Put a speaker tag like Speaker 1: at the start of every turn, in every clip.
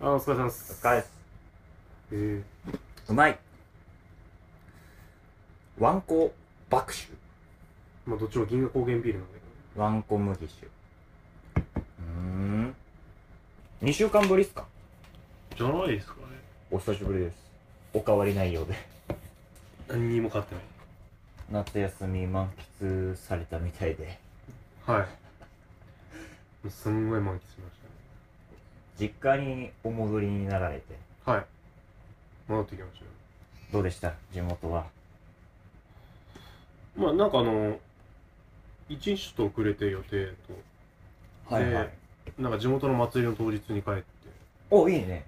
Speaker 1: あお疲れ様です
Speaker 2: 使え
Speaker 1: え
Speaker 2: うまいワンコ爆酒
Speaker 1: ー、まあどっちも銀河高原ビールなんだ
Speaker 2: ワンコ麦酒うーん2週間ぶりっすか
Speaker 1: けどじゃないですかね
Speaker 2: お久しぶりですおかわりないようで
Speaker 1: 何にも買ってない
Speaker 2: 夏休み満喫されたみたいで
Speaker 1: はいもうすんごい満喫しまし
Speaker 2: 実家にお戻りになられて
Speaker 1: たねはい戻ってきましたよ
Speaker 2: どうでした地元は
Speaker 1: まあなんかあの一日ちょっと遅れて予定
Speaker 2: はいはい、
Speaker 1: となんか地元の祭りの当日に帰って
Speaker 2: おいいね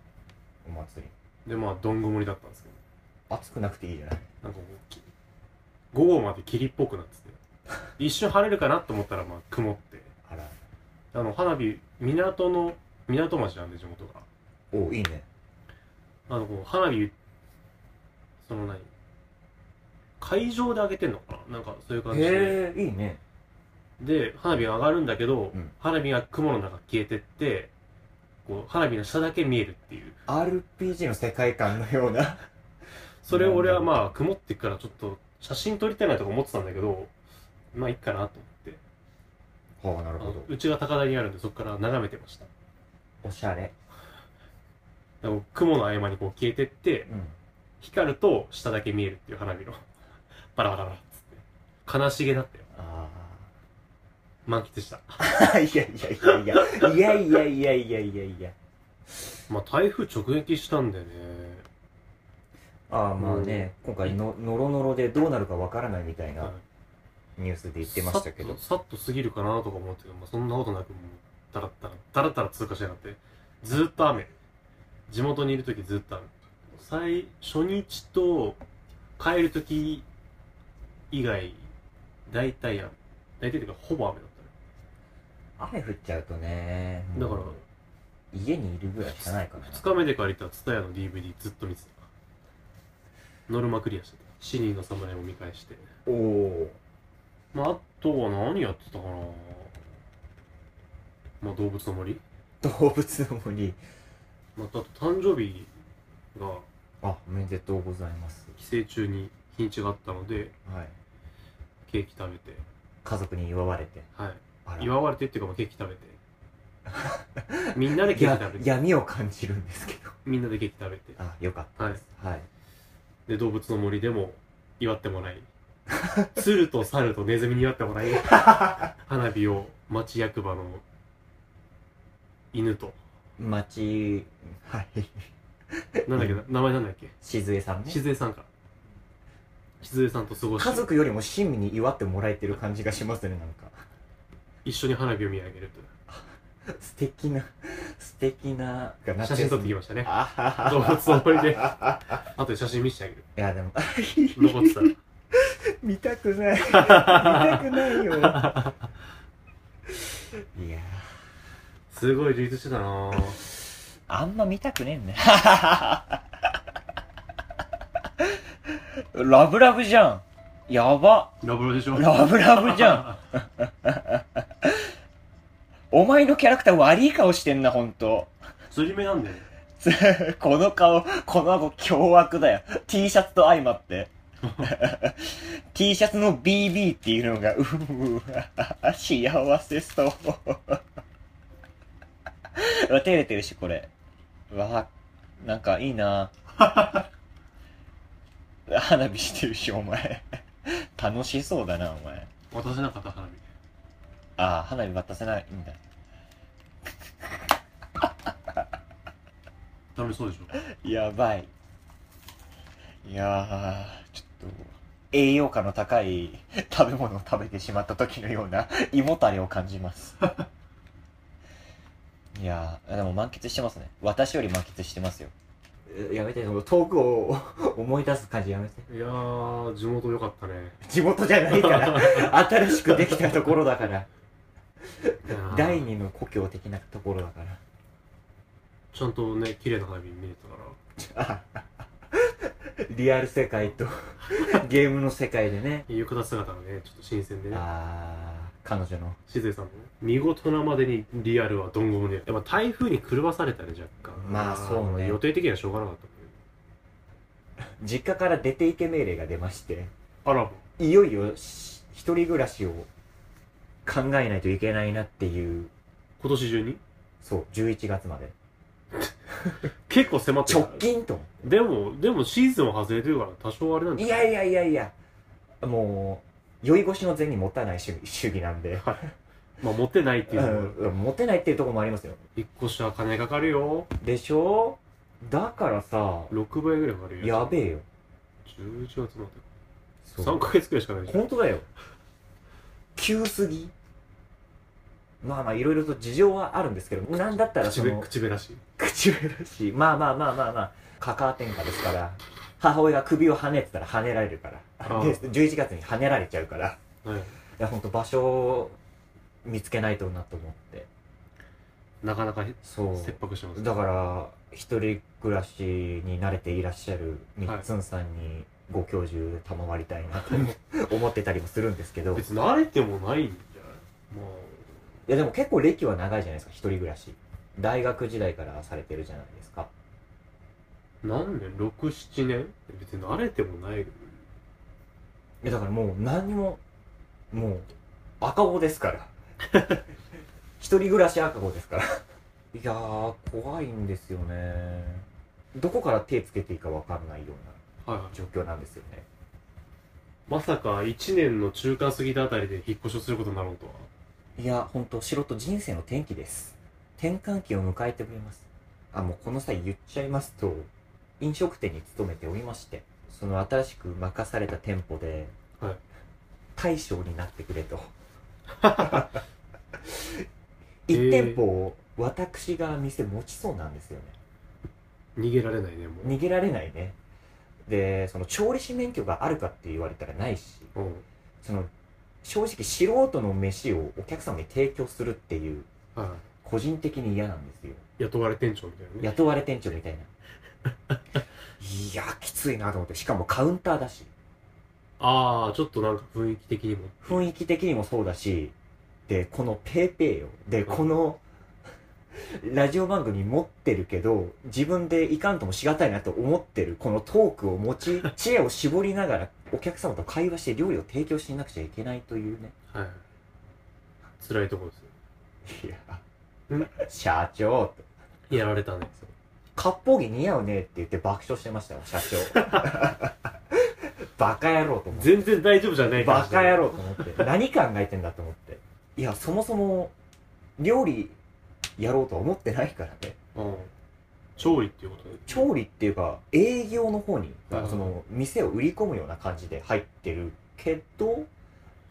Speaker 2: お祭り
Speaker 1: でまあどん曇りだったんですけど
Speaker 2: 暑くなくていいじゃない
Speaker 1: なんかもうき午後まで霧っぽくなってて一瞬晴れるかなと思ったらまあ曇って
Speaker 2: あら
Speaker 1: あの花火港の港町なんで地元が
Speaker 2: おいいね
Speaker 1: あのこう花火その何会場で上げてんのかななんかそういう感じで
Speaker 2: へえいいね
Speaker 1: で花火が上がるんだけど、
Speaker 2: うん
Speaker 1: 花火が雲の中消えてってこう花火の下だけ見えるっていう
Speaker 2: RPG の世界観の ような
Speaker 1: それを俺はまあ曇ってっからちょっと写真撮りたいなとか思ってたんだけどまあいいかなと思って
Speaker 2: はあな
Speaker 1: あ
Speaker 2: るほ
Speaker 1: の
Speaker 2: ど
Speaker 1: うちが高台にあるんでそこから眺めてました
Speaker 2: おしゃれ
Speaker 1: でも雲の合間にこう消えてって
Speaker 2: うん
Speaker 1: 光ると下だけ見えるっていう花火の バラバラバラっつって悲しげだったよ
Speaker 2: あ
Speaker 1: 満喫した
Speaker 2: あ いやいやいやいやいやいやいやいやいやいや
Speaker 1: まあ台風直撃したんでね
Speaker 2: ああまあね、今回のノロノロでどうなるかわからないみたいな
Speaker 1: は
Speaker 2: ニュースで
Speaker 1: い
Speaker 2: 言ってましたけど、
Speaker 1: さっとさっと過ぎるかなとか思ってたけど、まあ、そんなことなくもうだらだらだらだら通過しやがってずーっと雨地元にいる時ずーっと雨最初日と帰る時以外大体雨大体というかほぼ雨だっ
Speaker 2: 雨降っちゃうとね
Speaker 1: たねだから、
Speaker 2: もう家にいるぐらいしかないからな
Speaker 1: 2日目で借りたツタヤの DVD ずっと見てたノルマクリアしてたシニーの侍も見返して
Speaker 2: おお
Speaker 1: まああとは何やってたかなまあ動物の森
Speaker 2: 動物の森
Speaker 1: またあと誕生日が
Speaker 2: あおめでとうございます
Speaker 1: 帰省中に日にちがあったので
Speaker 2: はい
Speaker 1: ケーキ食べて
Speaker 2: 家族に祝われて
Speaker 1: は
Speaker 2: あ
Speaker 1: い
Speaker 2: ら
Speaker 1: 祝われてっていうかまあケーキ食べてみんなでケーキ
Speaker 2: や
Speaker 1: 食べて
Speaker 2: 闇を感じるんですけど
Speaker 1: みんなでケーキ食べて
Speaker 2: あよかったですはい
Speaker 1: で動物の森でも祝ってもらい鶴と猿とネズミに祝っても らい花火を町役場の犬と
Speaker 2: 町はい
Speaker 1: なんだっけな名前なんだっけ
Speaker 2: 静江さんね
Speaker 1: 静江さんか静江さんと過ごし
Speaker 2: 家族よりも親身に祝ってもらえてる感じがしますねなんか
Speaker 1: 一緒に花火を見上げる
Speaker 2: 素敵な素敵な
Speaker 1: と写真撮ってき
Speaker 2: ま
Speaker 1: ましたね
Speaker 2: あ
Speaker 1: 動物の森で
Speaker 2: あ
Speaker 1: あとで写真見せてあげる
Speaker 2: いやでも
Speaker 1: 残ってたら
Speaker 2: 見たくない見たく ないよいや
Speaker 1: すごい充実してたなぁ
Speaker 2: あんま見たくねえん だよラブラブじゃんやば
Speaker 1: ラブロでしょ
Speaker 2: ラブラブじゃん お前のキャラクター悪い顔してんなほんと
Speaker 1: 釣り目なんだよね
Speaker 2: つ この顔、この顎凶悪だよ。T シャツと相まって。T シャツの BB っていうのが、うわ、幸せそう。 うわ照れてるし、これ。うわ、なんかいいな 花火してるし、お前。楽しそうだな、お前。
Speaker 1: 渡せなかった花火
Speaker 2: ああ、花火渡せないんだ。
Speaker 1: ダメそうでしょ
Speaker 2: やばい。いやー、ちょっと、栄養価の高い 食べ物を食べてしまった時のような 胃もたれを感じます。 いやー、でも満喫してますね。私より満喫してますよ。やめて、遠くを思い出す感じやめて。
Speaker 1: いやー地元良かったね
Speaker 2: 地元じゃない から、 新しくできたところだか
Speaker 1: い
Speaker 2: ら、
Speaker 1: やー
Speaker 2: 第二の故郷的なところだから。
Speaker 1: ちゃんとね綺麗な花火見れたから
Speaker 2: リアル世界と ゲームの世界でね
Speaker 1: 浴衣姿がね、ちょっと新鮮でね。
Speaker 2: ああ彼女の
Speaker 1: しずえさんもね見事なまでにリアルはどんごもでやっぱ台風に狂わされたね若干
Speaker 2: まあそうね
Speaker 1: 予定的にはしょうがなかった
Speaker 2: 実家から出ていけ命令が出まして
Speaker 1: あら
Speaker 2: いよいよし一人暮らしを考えないといけないなっていう
Speaker 1: 今年中に
Speaker 2: そう11月まで
Speaker 1: 結構迫ってる
Speaker 2: 直近と思って
Speaker 1: でもでもシーズンは外れてるから多少あれなんだ
Speaker 2: いやいやいやいやもう酔い越しの銭もったいない主義主義なんで、
Speaker 1: まあ持ってないっていううのも
Speaker 2: ん、うん持てないっていうところもありますよ
Speaker 1: 引っ越しは金かかるよ
Speaker 2: でしょだからさ
Speaker 1: 6倍ぐらいかかるよ
Speaker 2: やべえよ
Speaker 1: 11月まで
Speaker 2: そう
Speaker 1: 3ヶ月くらいしかないでしょ
Speaker 2: 本当だよ急すぎまあまあいろいろと事情はあるんですけどなんだったら
Speaker 1: 口
Speaker 2: そ
Speaker 1: べ
Speaker 2: の
Speaker 1: 口べらしい
Speaker 2: 口笛だしまあまあまあまあまあカカア天下ですから母親が首を跳ねてたら跳ねられるから
Speaker 1: ああ
Speaker 2: で11月に跳ねられちゃうから
Speaker 1: はい
Speaker 2: いや本当場所を見つけないとなと思って
Speaker 1: なかなか
Speaker 2: そ
Speaker 1: 切
Speaker 2: う
Speaker 1: 迫してます
Speaker 2: だから一人暮らしに慣れていらっしゃるみっつんさんにご教授賜りたいなと思ってたりもするんですけどい
Speaker 1: 別に慣れてもないんじゃないも
Speaker 2: やでも結構歴は長いじゃないですか一人暮らし大学時代からされてるじゃないですか
Speaker 1: う何年67年別に慣れてもない
Speaker 2: いやだからもう何にももう赤子ですから一人暮らし赤子ですからいやー怖いんですよねどこから手つけていいか分かんないよう
Speaker 1: はいはい
Speaker 2: な状況なんですよね
Speaker 1: まさか1年の中間過ぎたあたりで引っ越しをすることになろうとはい
Speaker 2: やほんと素人人生の転機です転換期を迎えておりますあもうこの際言っちゃいますと飲食店に勤めておりましてその新しく任された店舗で、
Speaker 1: はい
Speaker 2: 大将になってく れと
Speaker 1: えー
Speaker 2: 一店舗を私が店持ちそうなんですよね
Speaker 1: 逃げられないねもう
Speaker 2: 逃げられないねでその調理師免許があるかって言われたらないし
Speaker 1: うん
Speaker 2: その正直素人の飯をお客様に提供するっていう
Speaker 1: は
Speaker 2: 個人的に嫌なんですよ
Speaker 1: い雇われ店長みたいなね
Speaker 2: 雇われ店長みたいないやきついなと思ってしかもカウンターだし
Speaker 1: ああちょっとなんか雰囲気的にも
Speaker 2: 雰囲気的にもそうだしでこのペーペーよでこのラジオ番組持ってるけど自分でいかんともしがたいなと思ってるこのトークを持ち知恵を絞りながらお客様と会話して料理を提供しなくちゃいけないというね
Speaker 1: はい辛いところです
Speaker 2: いや
Speaker 1: うん
Speaker 2: 社長って
Speaker 1: よやられたね
Speaker 2: 割烹着似合うねって言って爆笑してましたよ社長 バカ野郎と思って
Speaker 1: 全然大丈夫じゃない
Speaker 2: バカ野
Speaker 1: 郎
Speaker 2: 郎と思って何考えてんだと思っていやそもそも料理やろうとは思ってないからね
Speaker 1: うん調理っていうことで
Speaker 2: 調理っていうか営業の方に、
Speaker 1: うん
Speaker 2: その店を売り込むような感じで入ってるけど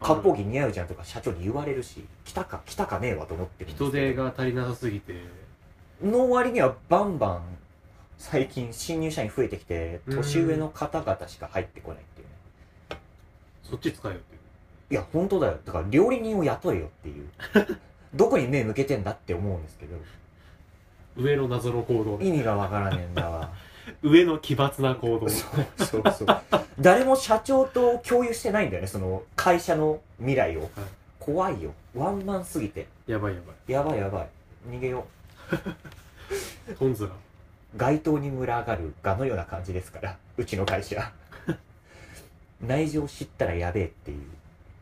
Speaker 2: 割烹着似合うじゃんとか社長に言われるし来たか来たかねえわと思ってるんですけど
Speaker 1: 人手が足りなさすぎて
Speaker 2: の割にはバンバン最近新入社員増えてきて年上の方々しか入ってこないっていうね
Speaker 1: そっち使えよっていう
Speaker 2: いや本当だよだから料理人を雇えよって いうどこに目向けてんだって思うんですけど
Speaker 1: 上の謎の行動
Speaker 2: 意味がわからねえんだわ
Speaker 1: 上の奇抜な行動
Speaker 2: そうそうそう誰も社長と共有してないんだよねその会社の未来を、怖いよワンマンすぎて
Speaker 1: やばいやば
Speaker 2: やばいやばい逃げよ
Speaker 1: いトンズラ
Speaker 2: う街頭に群がるがのような感じですからうちの会社内情知ったらやべえっていう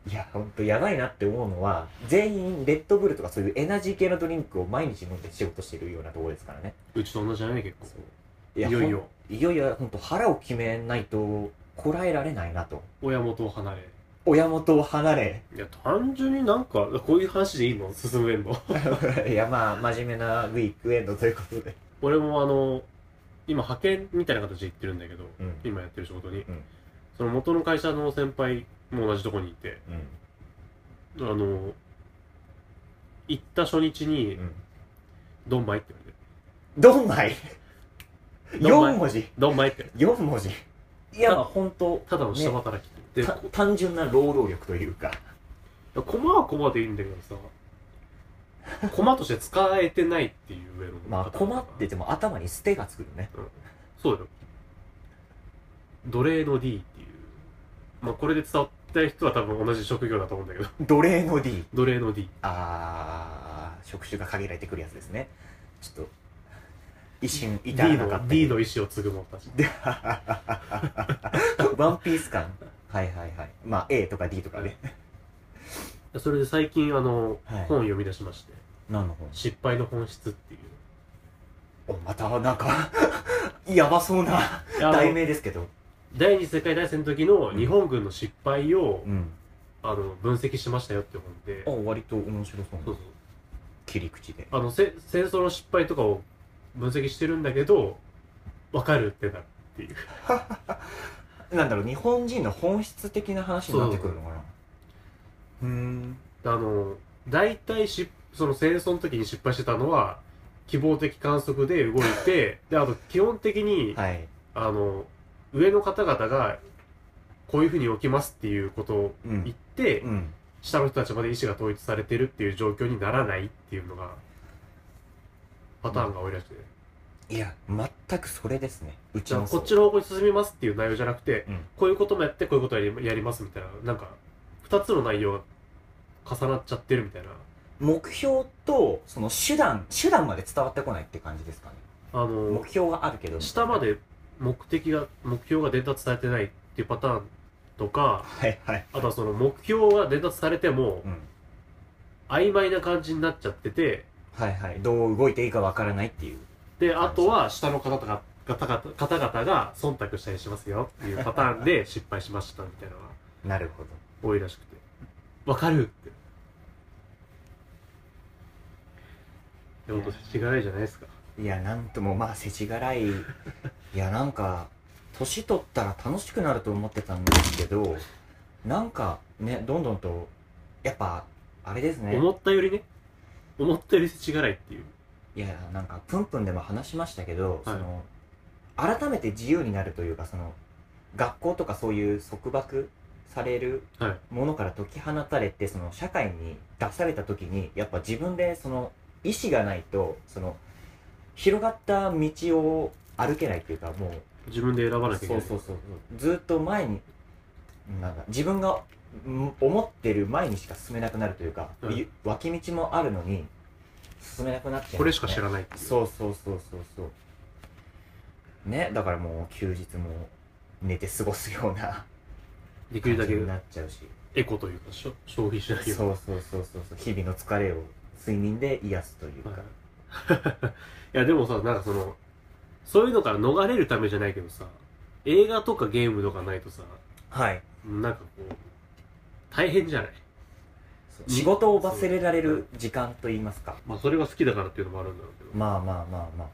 Speaker 2: いやほんとやばいなって思うのは全員レッドブルとかそういうエナジー系のドリンクを毎日飲んで仕事してるようなところですからね
Speaker 1: うちと同じじゃない結構
Speaker 2: そう
Speaker 1: い
Speaker 2: い
Speaker 1: よいよ
Speaker 2: ほんいよいよ本当腹を決めないとこらえられないなと
Speaker 1: 親元を離れ
Speaker 2: 親元を離れ
Speaker 1: いや単純になんかこういう話でいいの進めんの
Speaker 2: いやまあ真面目なウィークエンドということで
Speaker 1: 俺もあの今派遣みたいな形で行ってるんだけど、
Speaker 2: うん
Speaker 1: 今やってる仕事に、
Speaker 2: ん
Speaker 1: その元の会社の先輩も同じとこにいて
Speaker 2: う
Speaker 1: あの行った初日に
Speaker 2: ん
Speaker 1: 「ドンマイ」って言われて
Speaker 2: ドンマイ
Speaker 1: ドンマイ
Speaker 2: 4文字
Speaker 1: 「ドンマイ」って
Speaker 2: 4文字いやまあ本当
Speaker 1: ただの下働きって、
Speaker 2: た
Speaker 1: こ
Speaker 2: 単純な労働力というか
Speaker 1: コマはコマでいいんだけどさコマとして使えてないっていう上の
Speaker 2: まあ困ってても頭に捨てがつくよね
Speaker 1: そうだよ奴隷の D っていう、まあ、これで伝わった人は多分同じ職業だと思うんだけど
Speaker 2: 奴隷の D
Speaker 1: 奴隷の D
Speaker 2: あー職種が限られてくるやつですねちょっと一瞬
Speaker 1: D
Speaker 2: 至らなかっ
Speaker 1: の
Speaker 2: たけ
Speaker 1: D
Speaker 2: ど
Speaker 1: の意志を継ぐ者たち
Speaker 2: ワンピース感はいはいはいまあ A とか D とかね
Speaker 1: それで最近あの、
Speaker 2: はい
Speaker 1: 本を読み出しまして
Speaker 2: 何の本
Speaker 1: 「失敗の本質」っていう
Speaker 2: おまたなんか やばそうない
Speaker 1: やあの
Speaker 2: 題名ですけど
Speaker 1: 第二次世界大戦の時の日本軍の失敗を、
Speaker 2: うん
Speaker 1: あの分析しましたよって本で
Speaker 2: あ
Speaker 1: そう
Speaker 2: 割と面白そ
Speaker 1: そうう
Speaker 2: な切り口で
Speaker 1: あのせ戦争の失敗とかを分析してるんだけど分かるってなるっていう
Speaker 2: なんだろう日本人の本質的な話になってくるのかなうーん
Speaker 1: あの大体しその戦争の時に失敗してたのは希望的観測で動いてであと基本的に、
Speaker 2: はい
Speaker 1: あの上の方々がこういうふうに起きますっていうことを
Speaker 2: うん
Speaker 1: 言って、
Speaker 2: うん
Speaker 1: 下の人たちまで意思が統一されてるっていう状況にならないっていうのがパターンが多いらしくて、
Speaker 2: いや全くそれですねうち
Speaker 1: じゃあ
Speaker 2: の
Speaker 1: こっちの方向に進みますっていう内容じゃなくて、
Speaker 2: うん
Speaker 1: こういうこともやってこういうことやりやりますみたいななんか2つの内容が重なっちゃってるみたいな
Speaker 2: 目標とその手段手段まで伝わってこないって感じですかね
Speaker 1: あの
Speaker 2: 目標はあるけど
Speaker 1: 下まで目的が目標が伝達されてないっていうパターンとか
Speaker 2: はいはい
Speaker 1: あとはその目標が伝達されても
Speaker 2: うん
Speaker 1: 曖昧な感じになっちゃってて
Speaker 2: はいはいどう動いていいかわからないっていう
Speaker 1: であとは下の方々方々方々が忖度したりしますよっていうパターン で失敗しましたみたいなのが
Speaker 2: なるほど
Speaker 1: 多いらしくてわかるってでも違いじゃないですか
Speaker 2: いやなんともまあ世知辛いいやなんか年取ったら楽しくなると思ってたんですけどなんかねどんどんとやっぱあれですね
Speaker 1: 思ったよりね思ったより世知辛いっていう
Speaker 2: いやなんかプンプンでも話しましたけど、
Speaker 1: はい
Speaker 2: その改めて自由になるというかその学校とかそういう束縛される
Speaker 1: はい
Speaker 2: ものから解き放たれてその社会に出された時にやっぱ自分でその意思がないとその広がった道を歩けないというかもう
Speaker 1: 自分で選ばなきゃいけ
Speaker 2: そ
Speaker 1: な
Speaker 2: う
Speaker 1: い
Speaker 2: そうそうずっと前になんか自分がん思ってる前にしか進めなくなるというか、
Speaker 1: うん
Speaker 2: ゆ脇道もあるのに進めなくなっちゃう
Speaker 1: これしか知らないっていう
Speaker 2: そうそうそうそうそうねだからもう休日も寝て過ごすような
Speaker 1: でき
Speaker 2: 感
Speaker 1: る
Speaker 2: じ
Speaker 1: だけ
Speaker 2: になっちゃうし
Speaker 1: エコというかしょ消費しない
Speaker 2: そう
Speaker 1: よう
Speaker 2: そうそうそうそう日々の疲れを睡眠で癒すというか、
Speaker 1: はい いやでもさなんかそのそういうのから逃れるためじゃないけどさ映画とかゲームとかないとさ
Speaker 2: はい
Speaker 1: なんかこう大変じゃない
Speaker 2: そう仕事を忘れられる時間といいますか
Speaker 1: まあそれが好きだからっていうのもあるんだろうけど、
Speaker 2: まあまあまあまあ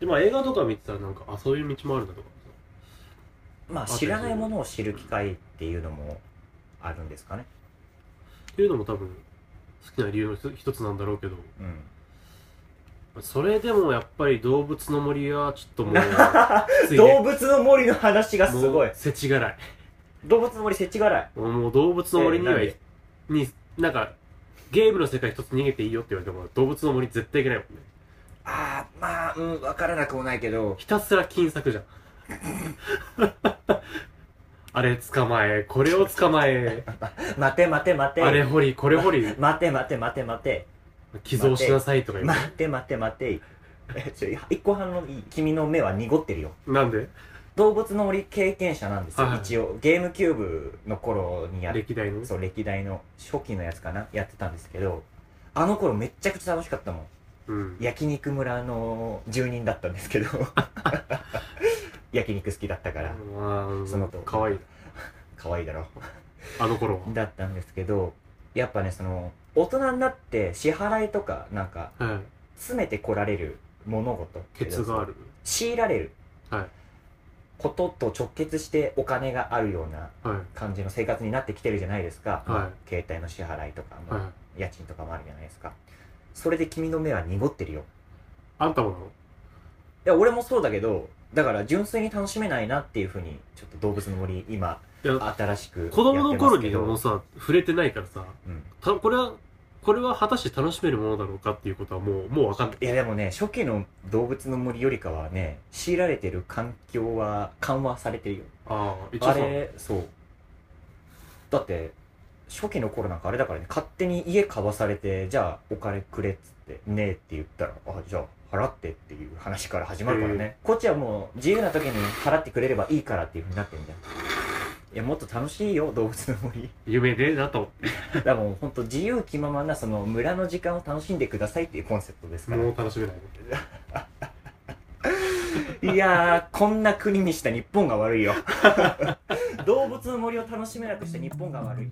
Speaker 1: でまあ映画とか見てたらなんかあそういう道もあるんだとか
Speaker 2: まあ
Speaker 1: あと
Speaker 2: 知らないものを知る機会っていうのもあるんですかね
Speaker 1: さっていうのも多分好きな理由の一つ一つなんだろうけど
Speaker 2: うん
Speaker 1: それでもやっぱり動物の森はちょっとも うついね
Speaker 2: 動物の森の話がすごい
Speaker 1: もう世知辛い
Speaker 2: 動物の森せちがらい
Speaker 1: もう動物の森には、
Speaker 2: えーなんで
Speaker 1: になんかゲームの世界一つ逃げていいよって言われても動物の森絶対いけないもんね
Speaker 2: ああまあうん分からなくもないけど
Speaker 1: ひたすら金策じゃん あれ捕まえこれを捕まえ
Speaker 2: 待て待て待て
Speaker 1: あれ掘りこれ掘り
Speaker 2: 待て待て待て待て
Speaker 1: 寄贈しなさいとか言う
Speaker 2: 待て待て待てえちょ一個半のいい君の目は濁ってるよ
Speaker 1: なんで
Speaker 2: 動物の森経験者なんですよ、
Speaker 1: はい
Speaker 2: 一応ゲームキューブの頃にやっ
Speaker 1: 歴代の
Speaker 2: そう歴代の初期のやつかなやってたんですけどあの頃めっちゃくちゃ楽しかったもん
Speaker 1: うん
Speaker 2: 焼肉村の住人だったんです けど焼肉好きだったから
Speaker 1: まあ
Speaker 2: そのと
Speaker 1: かわいい
Speaker 2: 可愛いだろ
Speaker 1: あの頃
Speaker 2: だったんですけどやっぱねその大人になって支払いとかなんか
Speaker 1: ははい
Speaker 2: 詰めてこられる物事
Speaker 1: ケツがある
Speaker 2: 強いられる
Speaker 1: はい
Speaker 2: ことと直結してお金があるような
Speaker 1: はい
Speaker 2: 感じの生活になってきてるじゃないですか、
Speaker 1: い
Speaker 2: まあ携帯の支払いとかも、
Speaker 1: はい
Speaker 2: 家賃とかもあるじゃないですかそれで君の目は濁ってるよ
Speaker 1: あんたもなの
Speaker 2: いや俺もそうだけどだから純粋に楽しめないなっていうふうにちょっと動物の森今
Speaker 1: いや
Speaker 2: 新しく
Speaker 1: 子供
Speaker 2: やっ
Speaker 1: の
Speaker 2: てます
Speaker 1: 頃
Speaker 2: け
Speaker 1: に
Speaker 2: ど
Speaker 1: もうさ触れてないからさ
Speaker 2: うん
Speaker 1: たこれはこれは果たして楽しめるものだろうかっていうことはもうもう分かんない
Speaker 2: いやでもね初期の動物の森よりかはね強いられてる環境は緩和されてるよ
Speaker 1: ああ一応
Speaker 2: あ
Speaker 1: さ
Speaker 2: れそうだって初期の頃なんかあれだからね勝手に家買わされてじゃあお金くれっつってねえって言ったらあじゃあ払ってっていう話から始まるからね、こっちはもう自由な時に払ってくれればいいからっていうふうになってるんだよいやもっと楽しいよ動物の 森
Speaker 1: 夢でなと
Speaker 2: だからもうほんと自由気ままなその村の時間を楽しんでくださいっていうコンセプトですから
Speaker 1: もう楽しめない
Speaker 2: いやー、こんな 国にした日本が悪いよ。動物の森を楽しめなくした日本が悪い。